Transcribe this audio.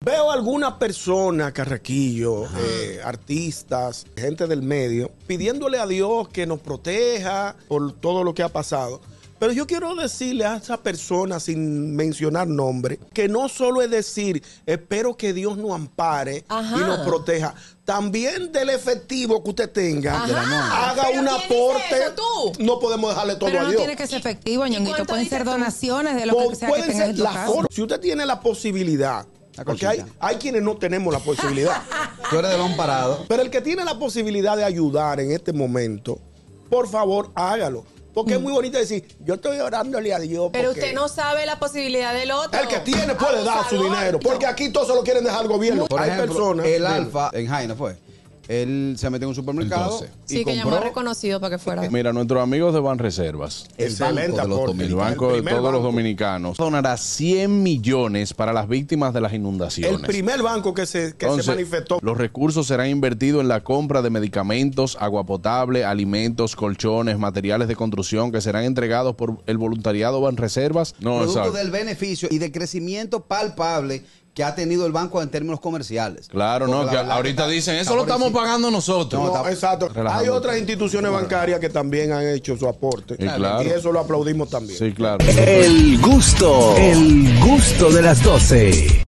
Veo algunas personas, carraquillo, eh, artistas, gente del medio, pidiéndole a Dios que nos proteja por todo lo que ha pasado. Pero yo quiero decirle a esa persona, sin mencionar nombre, que no solo es decir, espero que Dios nos ampare Ajá. y nos proteja, también del efectivo que usted tenga, Ajá. haga ¿Pero un quién dice aporte. eso, tú? No podemos dejarle todo Pero a no Dios. tiene que ser efectivo, ñonguito. cuánto Pueden ser dices tú? donaciones de lo Po- que sea que pueden tengas en ser tu la casa. forma. Si usted tiene la posibilidad, La porque hay, cosita. hay quienes no tenemos la posibilidad, Tú eres de balón parado. pero el que tiene la posibilidad de ayudar en este momento, por favor, hágalo. Porque es muy bonito decir, yo estoy orándole a Dios. Pero porque usted no sabe la posibilidad del otro. El que tiene puede dar su Abusador. dinero, porque aquí todo se lo quieren dejar al gobierno. Por hay ejemplo, personas. el Dime. Alfa en Jaina fue. Él se metió en un supermercado Entonces. Sí, y que llamó compró a reconocido para que fuera. Mira, nuestros amigos de Banreservas, el Excelente banco de los aporte. el dominicanos. banco de Ah. primer todos los banco. dominicanos, donará 100 millones para las víctimas de las inundaciones. El primer banco que se, que Entonces, se manifestó. Los recursos serán invertidos en la compra de medicamentos, agua potable, alimentos, colchones, materiales de construcción que serán entregados por el voluntariado Banreservas. No, producto exacto. del beneficio y del crecimiento palpable que ha tenido el banco en términos comerciales. Claro, Porque no, la que verdad ahorita está- dicen, está eso lo por estamos encima. pagando nosotros. No, está- exacto. relajando. Hay otras instituciones bancarias que también han hecho su aporte. Sí, claro. Y eso lo aplaudimos también. Sí, claro. El gusto, el gusto de las 12.